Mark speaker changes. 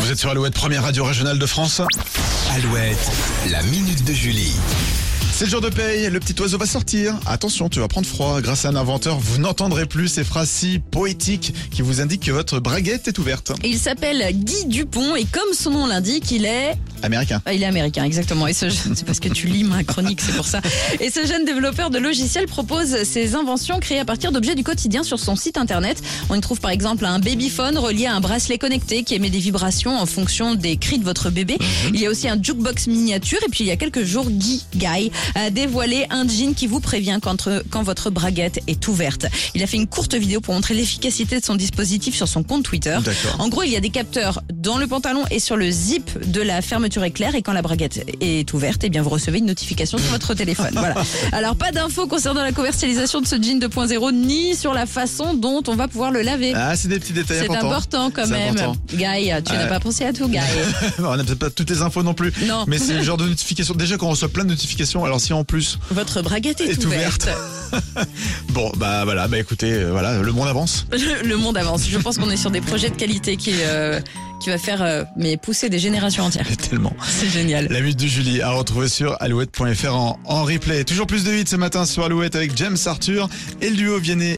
Speaker 1: Vous êtes sur Alouette, première radio régionale de France.
Speaker 2: Alouette, la minute de Julie.
Speaker 1: C'est le jour de paye, le petit oiseau va sortir. Attention, tu vas prendre froid. Grâce à un inventeur, vous n'entendrez plus ces phrases si poétiques qui vous indiquent que votre braguette est ouverte.
Speaker 3: Et Il s'appelle Guy Dupont et comme son nom l'indique, il est...
Speaker 1: Américain.
Speaker 3: ah, Il est américain, exactement. Et ce jeune... C'est parce que tu lis ma chronique, c'est pour ça. Et ce jeune développeur de logiciels propose ses inventions créées à partir d'objets du quotidien sur son site internet. On y trouve par exemple un babyphone relié à un bracelet connecté qui émet des vibrations en fonction des cris de votre bébé. Il y a aussi un jukebox miniature. Et puis il y a quelques jours, Guy Guy a dévoilé un jean qui vous prévient quand, euh, quand votre braguette est ouverte. Il a fait une courte vidéo pour montrer l'efficacité de son dispositif sur son compte Twitter.
Speaker 1: D'accord.
Speaker 3: En gros, il y a des capteurs dans le pantalon et sur le zip de la fermeture éclair. Et quand la braguette est ouverte, eh bien, vous recevez une notification sur votre téléphone. Voilà. Alors, pas d'infos concernant la commercialisation de ce jean 2.0 ni sur la façon dont on va pouvoir le laver.
Speaker 1: Ah, c'est des petits détails
Speaker 3: C'est
Speaker 1: importants.
Speaker 3: important quand
Speaker 1: C'est
Speaker 3: même.
Speaker 1: important.
Speaker 3: Guy, tu
Speaker 1: Ouais.
Speaker 3: n'as pas pensé à tout, Guy.
Speaker 1: On n'a peut-être pas toutes les infos non plus.
Speaker 3: Non.
Speaker 1: Mais c'est le genre de notification. Déjà, quand on reçoit plein de notifications, alors si en plus.
Speaker 3: Votre braguette est,
Speaker 1: Est ouverte.
Speaker 3: ouverte.
Speaker 1: Bon, bah voilà, bah écoutez, euh, voilà, le monde avance.
Speaker 3: Le, le monde avance. Je pense qu'on est sur des projets de qualité qui, euh, qui va faire euh, mais pousser des générations entières.
Speaker 1: Et tellement.
Speaker 3: C'est génial.
Speaker 1: La minute de Julie à retrouver sur alouette.fr en, en replay. Toujours plus de hits ce matin sur Alouette avec James Arthur et le duo Vianney